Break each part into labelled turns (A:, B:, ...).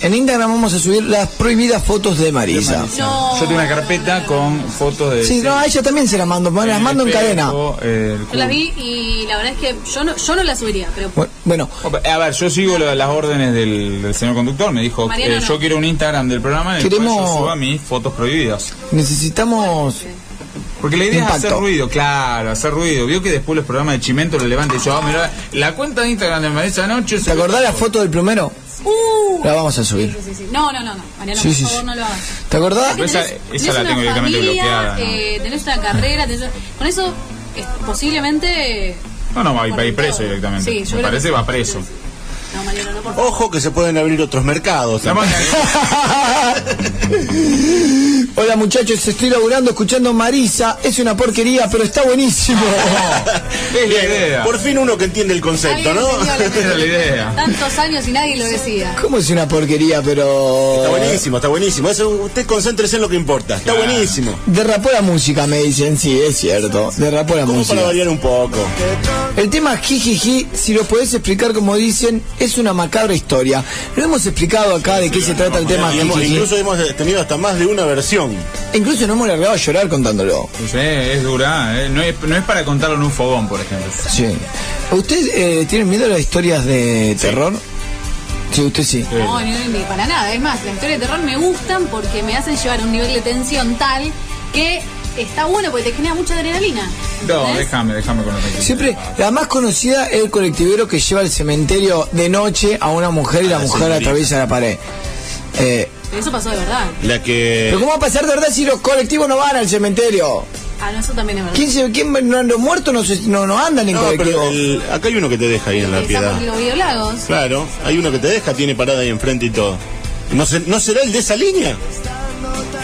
A: En Instagram vamos a subir las prohibidas fotos de Marisa.
B: No.
C: Yo tengo una carpeta con fotos de. eh,
A: Sí, no, a ella también se las mando, bueno, las mando en cadena.
B: Yo
C: Mm.
B: las vi y la verdad es que yo no, yo no la subiría, pero
A: Bu- Bueno,
C: A ver, yo sigo la- las órdenes del, del señor conductor. Me dijo,
B: Mariano
C: eh,
B: no.
C: yo quiero un Instagram del programa en el cual
A: Queremos-
C: yo suba mis fotos prohibidas.
A: necesitamos...
C: Porque la idea
A: Impacto.
C: es hacer ruido, claro, hacer ruido. Vio que después los programas de Chimento lo levantan y yo, ah, mirá, la cuenta de Instagram de Marisa anoche.
A: ¿Te acordás la foto del plumero?
B: ¡Uh!
A: La vamos a subir.
B: Sí, sí, sí. No, no, no, no. Mariano,
A: Sí,
B: por
A: sí,
B: favor,
A: sí.
B: no lo hagas.
A: ¿Te acordás?
C: Pero esa- esa
B: Tenés- tenés
C: la
B: una
C: tengo directamente
B: familia,
C: bloqueada, ¿no?
B: eh, tenés una carrera, tenés- con eso es- posiblemente...
C: No, no, va a ir- va a ir
B: Correcto.
C: preso directamente.
B: Sí, yo
C: Me
B: creo
C: parece
B: que-
C: va preso.
B: No, Mariano, no, por favor.
D: Ojo que se pueden abrir otros mercados.
C: La manga-
A: Hola muchachos, estoy laburando escuchando Marisa. Es una porquería, pero está buenísimo.
C: es la idea.
D: Por fin uno que entiende el concepto,
B: Alguien
D: ¿no?
B: entendió la
C: Esa es la idea.
B: Tantos años y nadie lo decía.
A: ¿Cómo es una porquería,
D: Está
A: pero... eh,
D: buenísimo, está buenísimo. Eso, usted concéntrese en lo que importa. Está
C: Claro.
D: buenísimo.
A: Derrapó la música, me dicen. Sí, es cierto. Derrapó la
D: Como para
A: música.
D: variar un poco.
A: El tema jijiji, si lo podés explicar como dicen, es una macabra historia. Lo hemos explicado acá de qué se trata el tema
D: Y hemos-
A: jijiji.
D: incluso hemos tenido hasta más de una versión.
A: Incluso no hemos largado a llorar contándolo.
C: Sí, es dura. eh. No, es, no es para contarlo en un fogón, por ejemplo.
A: Sí. ¿Ustedes eh, tienen miedo a las historias de terror? Sí, usted sí.
B: No, ni, ni para nada. Es más, las historias de terror me gustan porque me hacen llevar a un nivel de tensión tal que está bueno porque te genera mucha adrenalina.
C: No,
B: ¿entendés?
C: déjame, déjame con la
A: Siempre, la más conocida es el colectivero que lleva al cementerio de noche a una mujer y la
D: la
A: mujer
D: señorita.
A: atraviesa la pared. Eh,
B: Pero eso pasó de verdad.
D: La que.
A: pero ¿cómo va a pasar de verdad si los colectivos no van al cementerio?
B: Ah, no, eso también es verdad.
A: ¿Quién se, quién, no, los muertos no, se- no, no andan en
D: No,
A: colectivo?
D: pero el- acá hay uno que te deja ahí en la
B: Pensá
D: piedad.
B: porque los videolagos.
D: Claro, hay uno que te deja, tiene parada ahí enfrente y todo. ¿No, se- no será el de esa línea?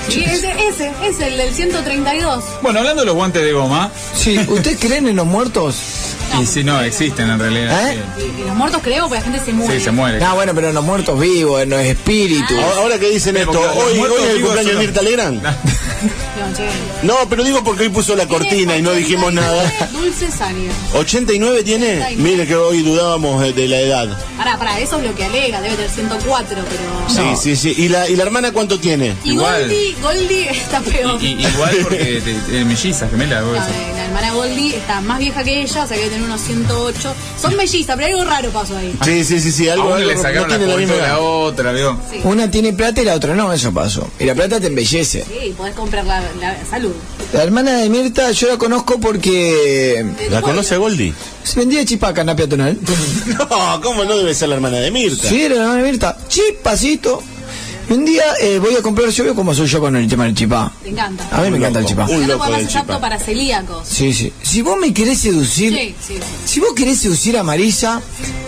B: Sí, ese, ese, es el del 132.
C: Bueno, hablando de los guantes de goma,
A: Sí, ¿ustedes creen en los muertos?
C: y si no, existen en realidad.
A: ¿Eh?
B: Y, y los muertos creo porque la gente se
C: Sí,
B: muere.
C: Sí, se muere.
A: Ah, bueno, pero en los muertos vivos, en los espíritus.
B: Ah.
D: Ahora, ahora que dicen
C: Pero
D: esto,
C: porque los
D: hoy,
C: muertos
D: hoy es el
C: vivos
D: cumpleaños de
C: son los-
D: Mirta Legrand.
B: No, che.
D: No, pero digo porque hoy puso la cortina y no dijimos nada.
B: Dulces años.
D: 89 tiene.
B: 89.
D: Mire que hoy dudábamos eh, de la edad.
B: Pará, pará, eso es lo que alega. Debe tener 104, pero...
D: Sí, sí, sí. ¿Y la, ¿Y la hermana cuánto tiene?
B: Y
C: Igual.
B: Goldie, Goldie está peor.
C: Y- y- igual porque te, te- mellizas, gemela, algo de
B: La,
C: eso.
B: la hermana Goldie está más vieja que ella, o sea que debe tener unos 108. Son mellizas, pero algo raro pasó ahí.
D: Sí, sí, sí, sí.
C: A
D: Algo,
C: uno
D: algo
C: le
D: no
C: sacaron
D: tiene
C: la
D: la
C: culpa
D: misma
C: de la
D: edad.
C: otra, ¿vio?
B: Sí,
A: Una tiene plata y la otra no, eso pasó. Y la plata te embellece.
B: sí, podés comprar la, la salud.
A: La hermana de Mirta yo la conozco porque
D: ¿La conoce a Goldie?
A: se vendía chipaca en la peatonal.
D: No, ¿cómo no debe ser la hermana de Mirta?
A: Sí, era la hermana de Mirta. Chipacito. Y un día eh, voy a comprar, yo veo cómo soy yo con el tema del chipá.
B: Te encanta.
A: A mí me
D: Un
A: encanta el
D: loco.
A: chipá.
D: Un
B: Encanta
D: loco
B: porque
D: del
B: además es apto
D: chipá.
B: para celíacos.
A: Sí, sí. Si vos me querés seducir,
B: Sí, sí, sí.
A: si vos querés seducir a Marisa,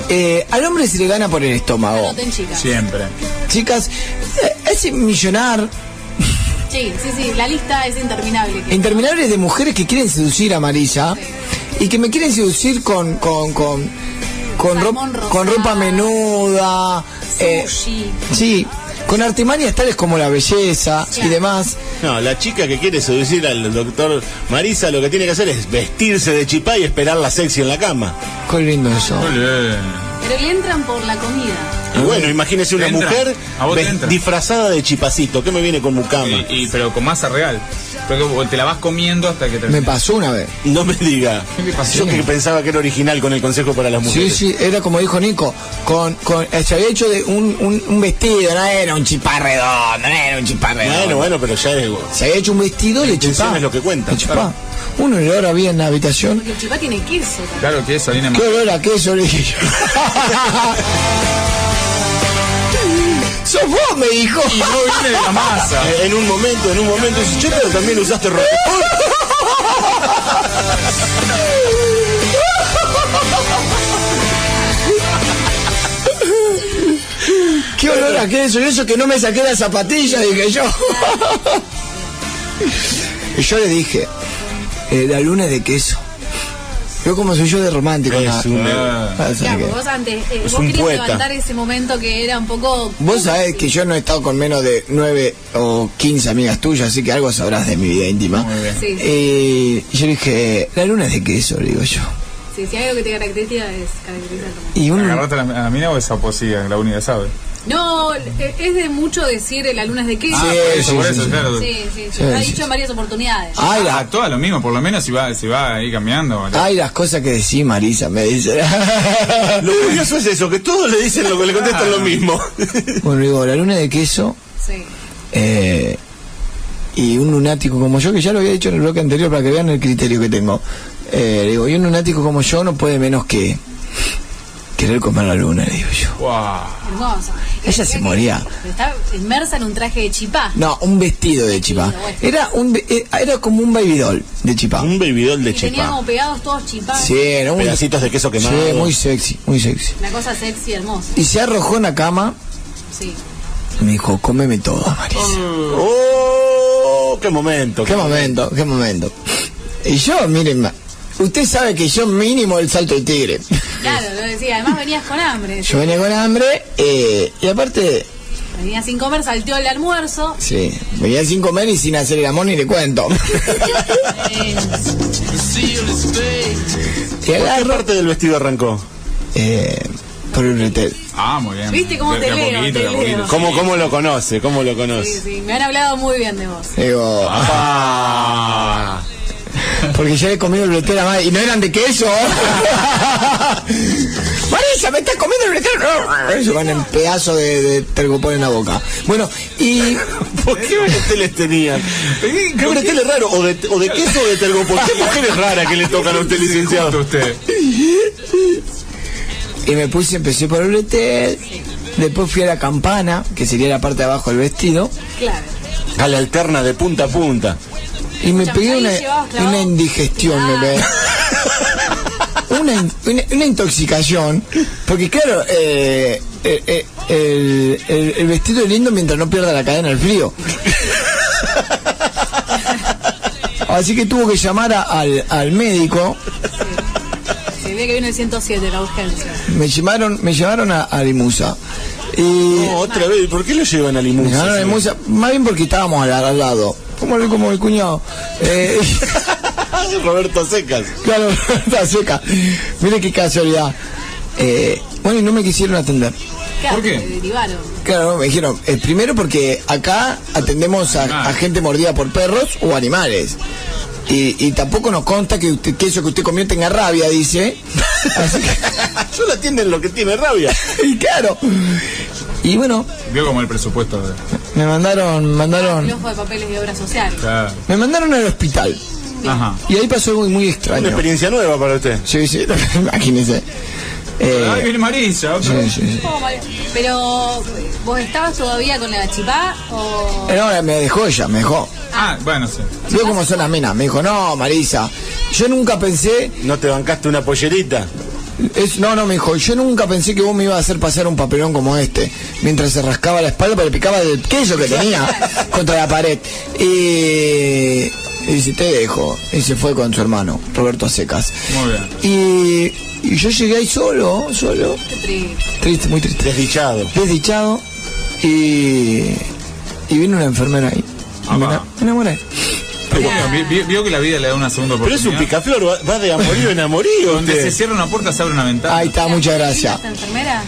A: eh, al hombre se le gana por el estómago.
D: Oh.
B: No ten chicas. Sí.
C: Siempre.
A: Chicas, eh, es millonar,
B: sí, sí, la lista es interminable. que-
A: interminables de mujeres que quieren seducir a Marisa y que me quieren seducir con con con con, ro-
B: Salmón rosado.
A: con ropa menuda, eh,
B: Sushi.
A: sí, con artimañas tales como la belleza y
B: Claro.
A: demás.
D: No, la chica que quiere seducir al doctor Marisa lo que tiene que hacer es vestirse de chipá y esperar la sexy en la cama.
A: Qué lindo eso.
C: Muy bien.
B: Pero le entran por la comida.
D: Y bueno, imagínese una
C: Te entra.
D: mujer
C: A vos te
D: ves-
C: entra.
D: disfrazada de chipacito. ¿Qué me viene con mucama?
C: Y, y- pero con masa real. Pero que vos te la vas comiendo hasta que te.
A: Me pasó una vez.
D: No me diga.
C: ¿Qué le pasó?
D: Yo que pensaba que era original con el consejo para las
A: Sí,
D: mujeres.
A: sí, era como dijo Nico, con, con eh, se había hecho de un, un, un vestido, no era un chipá redondo, no era un chipá redondo.
D: Bueno, bueno, pero ya es.
A: Se había hecho un vestido y le
D: intención
A: chipá.
D: es lo que cuenta.
A: Le chipá. Un olor había en la habitación.
B: Porque el chipá tiene queso. también.
C: Claro que eso viene
A: ¿Qué
C: más.
A: olor a queso? Le dije yo. ¡Sos vos! me dijo.
C: Y no viene de la masa.
D: Eh, En un momento, en un momento, dice, che, pero también usaste ropa.
A: ¡Qué olor a queso! Y eso que no me saqué la zapatilla, dije yo. Y yo le dije, eh, la luna es de queso. Yo como soy yo de romántico. nada.
D: Es un-
C: Ah.
A: Ah, ¿sabes
B: Claro,
A: qué?
B: porque vos antes, eh,
D: Es
B: vos
D: un
B: querías
D: poeta.
B: levantar ese momento que era un poco...
A: Vos sabés que yo no he estado con menos de 9 o 15 amigas tuyas, así que algo sabrás de mi vida íntima.
C: Muy bien.
B: Sí.
A: Eh, yo le dije, la luna es de queso, le digo yo.
B: Sí, si hay algo que te caracteriza es caracterizar como...
A: Y un,
C: ¿Agarraste a la, a la mina o esa poesía? La única que sabe.
B: No, eh, es de mucho decir el alumno es de qué.
C: Ah,
A: Sí,
C: por eso,
A: sí,
C: por
A: sí,
C: eso,
A: sí.
C: claro. Ah,
B: sí, sí,
A: Sí,
B: lo ha
A: sí,
B: dicho en varias oportunidades.
A: Ay, la-
C: Actúa lo mismo, por lo menos si va, si va ahí cambiando.
A: ay, las cosas que decís, Marisa, me dice.
D: Lo curioso es eso, que todos le dicen lo que le contestan lo mismo.
A: bueno, digo, la luna de queso
B: Sí.
A: eh, y un lunático como yo, que ya lo había dicho en el bloque anterior para que vean el criterio que tengo. Eh, le digo, y un lunático como yo no puede menos que querer comer la luna, le digo yo.
C: Guau.
B: Hermoso.
A: Ella se moría.
B: Está inmersa en un traje de chipá.
A: No, un vestido de chipá. Era un ve- eh, era como un baby doll de chipá.
D: Un bebidol de
B: y tenía
D: chepa.
B: como pegados todos chipá.
A: Sí, era un
D: Pedacitos de queso
A: Sí,
D: quemado.
A: muy sexy, muy sexy.
B: Una cosa sexy, hermosa.
A: Y se arrojó en la cama
B: Sí.
A: y me dijo, cómeme todo, Marisa.
D: ¡Oh! ¡Qué momento!
A: Qué momento, qué momento. Y yo, miren, ma- usted sabe que yo mínimo el salto del tigre.
B: Claro, lo decía. Además venías con hambre.
A: Yo venía con hambre eh, y aparte,
B: Venías sin comer, salteó el almuerzo.
A: sí, venía sin comer y sin hacer el amor ni le cuento.
B: Eh,
A: Y
D: ¿Por qué
A: agarro
D: parte del vestido arrancó?
A: eh, por el retel.
C: Ah, muy bien.
B: ¿Viste cómo
C: De-
B: te
C: de a
B: leo,
C: poquito,
B: te
C: de a poquito.
B: leo?
D: ¿Cómo, cómo lo conoce? ¿Cómo lo
B: sí,
D: conoce?
B: sí. Me han hablado muy bien de vos.
A: Digo, "Ah,
D: Ah.
A: porque yo he comido el retel a más y no eran de queso. Marisa, me estás comiendo el retel. Se van en pedazo de, de tergopor en la boca. Bueno, y
D: ¿Por qué breteles tenían? ¿Qué breteles raro? ¿O de, o de queso o de tergopor? ¿Qué mujeres raras que le tocan a usted,
C: Justo
D: licenciado?
C: usted.
A: Y me puse, empecé por el retel, después fui a la campana, que sería la parte de abajo del vestido,
B: Claro.
D: A la alterna de punta a punta.
A: y me
B: Escuchame,
A: pegué
B: ahí
A: una,
B: llevabas clavado. Ah.
A: una indigestión, me pegué. Una, in- una, una intoxicación, porque claro, eh, eh, eh, el, el- el vestido es lindo mientras no pierda la cadena al frío. Así que tuvo que llamar a- al, al médico,
B: Se ve que vino el 107, la urgencia.
A: me llamaron, me llevaron a, a Limusa. Y,
D: No, otra vez, ¿por qué lo llevan a
A: Me
D: Limusa?
A: ganaron de
D: señor?
A: Musa, más bien porque estábamos al, al lado, como el, como el cuñado. Eh,
D: Ah, Roberto Secas.
A: claro, está seca. Mire qué casualidad. Eh, bueno, y no me quisieron atender.
B: Claro,
C: ¿Por qué?
B: te derivaron.
A: Claro, me dijeron, eh, primero porque acá atendemos a, a gente mordida por perros o animales. Y, y tampoco nos consta que, usted- que eso que usted comió tenga rabia, dice. Así
D: Solo atienden lo que tiene rabia.
A: que, y claro. Y bueno,
C: Vio como el presupuesto. de-
A: me mandaron, me mandaron,
B: Flojo de papeles de obras sociales.
C: Claro.
A: me mandaron al hospital.
C: Ajá.
A: Y ahí pasó algo muy
D: Una
A: extraño.
D: experiencia nueva para usted.
A: Sí, sí, imagínese. Eh,
C: Ay, viene Marisa. otra
A: sí,
C: vez.
A: sí, sí.
B: Oh, vale. Pero, ¿vos estabas todavía con la chipá o...?
A: Eh, No, me dejó ella, me dejó.
C: Ah, bueno, sí.
A: Vio cómo son las minas. Me dijo, no, Marisa, yo nunca pensé.
D: ¿No te bancaste una pollerita?
A: es- no, no, me dijo, yo nunca pensé que vos me ibas a hacer pasar un papelón como este. Mientras se rascaba la espalda, pero le picaba el queso que tenía contra la pared. Y. Y dice, te dejo. Y se fue con su hermano, Roberto Secas.
C: Muy bien.
A: Y, y yo llegué ahí solo, solo.
B: Qué tri-
A: Triste, muy triste.
D: Desdichado.
A: desdichado y, y vino una enfermera ahí.
C: Ah,
A: me,
C: va.
A: ena- me enamoré.
C: Pero bueno, vi- vi- vio que la vida le da una segunda
D: Pero es
C: oportunidad.
D: un picaflor, va- va de amorío en amorío
C: Donde se
D: usted.
C: cierra una puerta, se abre una ventana.
A: Ahí está, muchas gracias.
B: ¿Esta enfermera?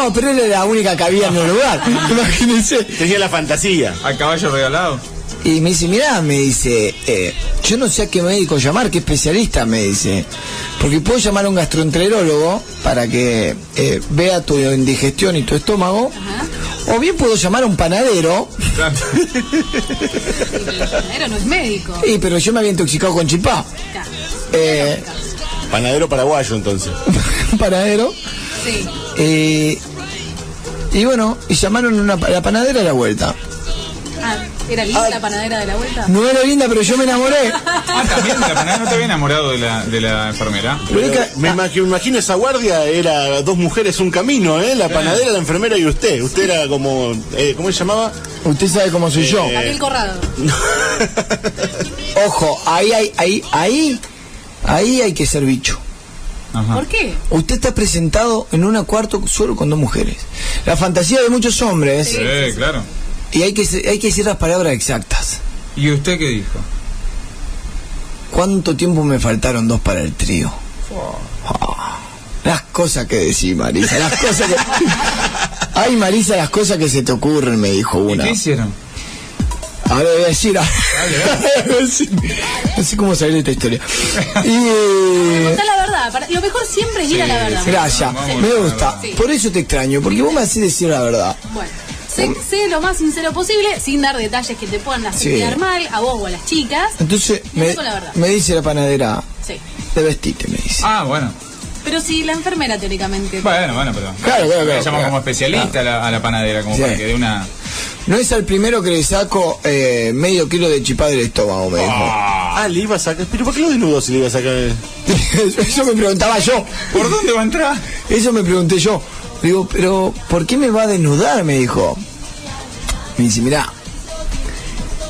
A: No, pero era la única que había en el lugar, imagínense.
D: Tenía la fantasía.
C: A caballo regalado.
A: Y me dice, mirá, me dice, eh, yo no sé a qué médico llamar, qué especialista, me dice. Porque puedo llamar a un gastroenterólogo para que eh, vea tu indigestión y tu estómago. O bien puedo llamar a un panadero,
B: Sí, pero el panadero no es médico.
A: y, pero yo me había intoxicado con chipá.
B: Claro.
A: Eh,
D: Panadero paraguayo, entonces.
A: un panadero.
B: Sí.
A: Eh, y bueno, y llamaron una, la panadera a la vuelta.
B: Ah, ¿era linda la panadera de la vuelta?
A: No era linda, pero yo me enamoré.
C: Ah, también la panadera no te había enamorado de la, de la enfermera.
A: Pero es que-
D: Me imag- me imagino esa guardia era dos mujeres, un camino, ¿eh? La panadera, la enfermera y usted. Usted era como. eh, ¿Cómo se llamaba?
A: Usted sabe cómo soy yo.
B: Gabriel Corrado.
A: Ojo, ahí, ahí, ahí, ahí, ahí hay que ser bicho.
C: Ajá.
B: ¿Por qué?
A: Usted está presentado en una cuarto solo con dos mujeres. La fantasía de muchos hombres
B: Sí.
C: Sí, claro.
A: y hay que se- hay que decir las palabras exactas.
C: ¿Y usted qué dijo?
A: ¿Cuánto tiempo me faltaron dos para el trío? Ah, las cosas que decís, Marisa, las cosas que... Ay, Marisa, las cosas que se te ocurren, me dijo
C: ¿Y
A: una.
C: qué hicieron?
A: Ahora voy a decir. ah.
C: Dale,
A: Voy a decir- no sé cómo salir de esta historia. Y.
B: Contá la verdad. para- Lo mejor siempre es ir a la verdad.
A: Gracias,
C: Vamos,
A: me
C: vamos,
A: gusta.
C: vamos.
A: Por eso te extraño, porque vos me haces decir la verdad.
B: Bueno, sé, sé lo más sincero posible, sin dar detalles que te puedan hacer
A: Sí.
B: quedar mal, a vos o a las chicas.
A: Entonces
B: Me
A: me,
B: dijo la verdad.
A: me dice la panadera,
B: Sí.
A: te vestiste, me dice.
C: Ah, bueno.
B: Pero sí, la enfermera teóricamente.
C: Bueno, bueno, pero.
A: Claro, claro,
C: La
A: claro.
C: llamamos como especialista a, la, a la panadera, como
A: Sí.
C: para que dé una.
A: Ah, No es al primero que le saco eh, medio kilo de chipá del estómago, me dijo.
D: Ah, le iba a sacar. ¿Pero por qué lo desnudó si le iba a sacar? el-
A: eso me preguntaba yo.
C: ¿Por dónde va a entrar?
A: Eso me pregunté yo. Digo, pero ¿por qué me va a desnudar? Me dijo. Me dice, mirá,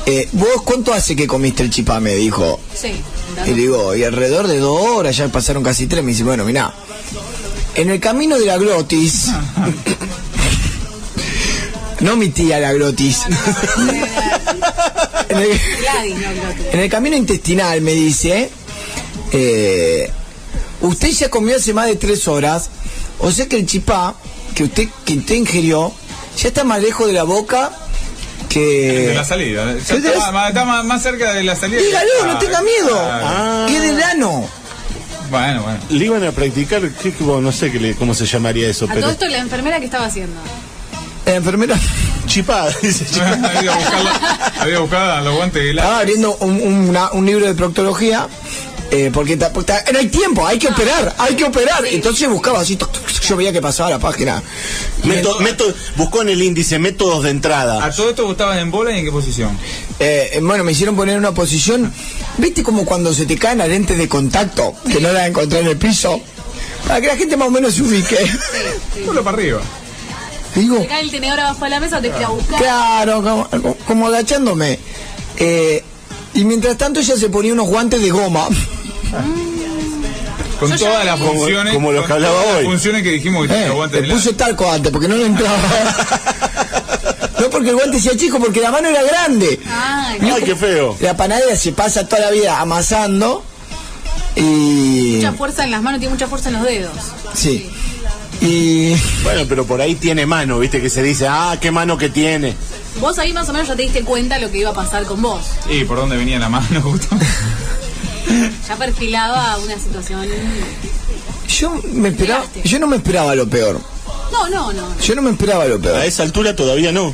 A: eh, ¿vos cuánto hace que comiste el chipá? Me dijo.
B: Sí.
A: Y le digo, y alrededor de dos horas, ya pasaron casi tres, me dice, bueno, mirá, en el camino de la glotis, no mi tía la glotis, en, el,
B: Gladys, no, Gladys.
A: en el camino intestinal me dice, eh, usted ya comió hace más de tres horas, o sea que el chipá que usted, que usted ingirió ya está más lejos de la boca que...
C: de la salida. Ya
A: ¿Qué
C: está,
A: te-
C: más- más, está más- más cerca de la salida.
A: Dígalo, no
C: Ah,
A: tenga miedo,
C: ah,
A: que del ano.
C: Bueno, bueno.
D: Le iban a practicar, ¿qué- qué- bueno, no sé qué le- cómo se llamaría eso,
B: A todo
D: pero.
B: esto, la enfermera que estaba haciendo.
A: La enfermera...
D: Chipada, dice chipada.
C: había que buscarla, había que buscarla en los guantes de la.
A: Estaba abriendo un, un- una- un libro de proctología. eh, porque ta- porque ta- no hay tiempo, hay que operar, hay que operar. Entonces buscaba así, toc, toc, yo veía que pasaba la página.
D: Meto- meto- buscó en el índice métodos de entrada.
C: ¿A todo esto gustabas en bola y en qué posición?
A: Eh, eh, bueno, me hicieron poner en una posición, ¿viste como cuando se te caen las lentes de contacto, que no la encontré en el piso? Para que la gente más o menos se ubique.
C: Solo para arriba.
A: Digo,
B: Te cae el tenedor abajo de la mesa, te tira a buscar.
A: Claro, como, como agachándome. Eh, y mientras tanto ella se ponía unos guantes de goma.
C: Con
B: Yo ya
C: todas
B: vi-
C: las
D: Como-
C: funciones.
D: como los
C: con
D: que hablaba
C: todas las
D: hoy.
C: funciones que dijimos que
A: Eh,
C: tenía guantes
A: le
C: de la.
A: puso talco antes porque no lo entraba. no porque el guante sea chico, porque la mano era grande.
B: Ay,
D: Ay, qué feo.
A: La panadera se pasa toda la vida amasando y.
B: mucha fuerza en las manos, tiene mucha fuerza en los dedos.
A: Sí. Y.
D: Bueno, pero por ahí tiene mano, viste que se dice, ah, qué mano que tiene.
B: Vos ahí más o menos ya te diste cuenta lo que iba a pasar con vos.
C: Y por dónde venía la mano, justo.
B: Ya perfilaba una situación.
A: Yo me esperaba.
B: Miraste.
A: Yo no me esperaba lo peor.
B: No, no, no. no.
A: Yo no me esperaba lo
D: A
A: peor.
D: esa altura todavía no.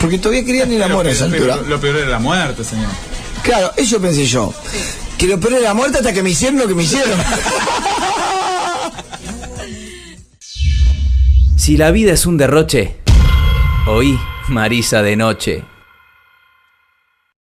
A: Porque todavía querían el
C: Pero-
A: amor a esa
C: pero-
A: altura.
C: Lo peor era la muerte, señor.
A: Claro, eso pensé yo. Que lo peor era la muerte hasta que me hicieron lo que me hicieron.
E: Si la vida es un derroche, oí Marisa de noche.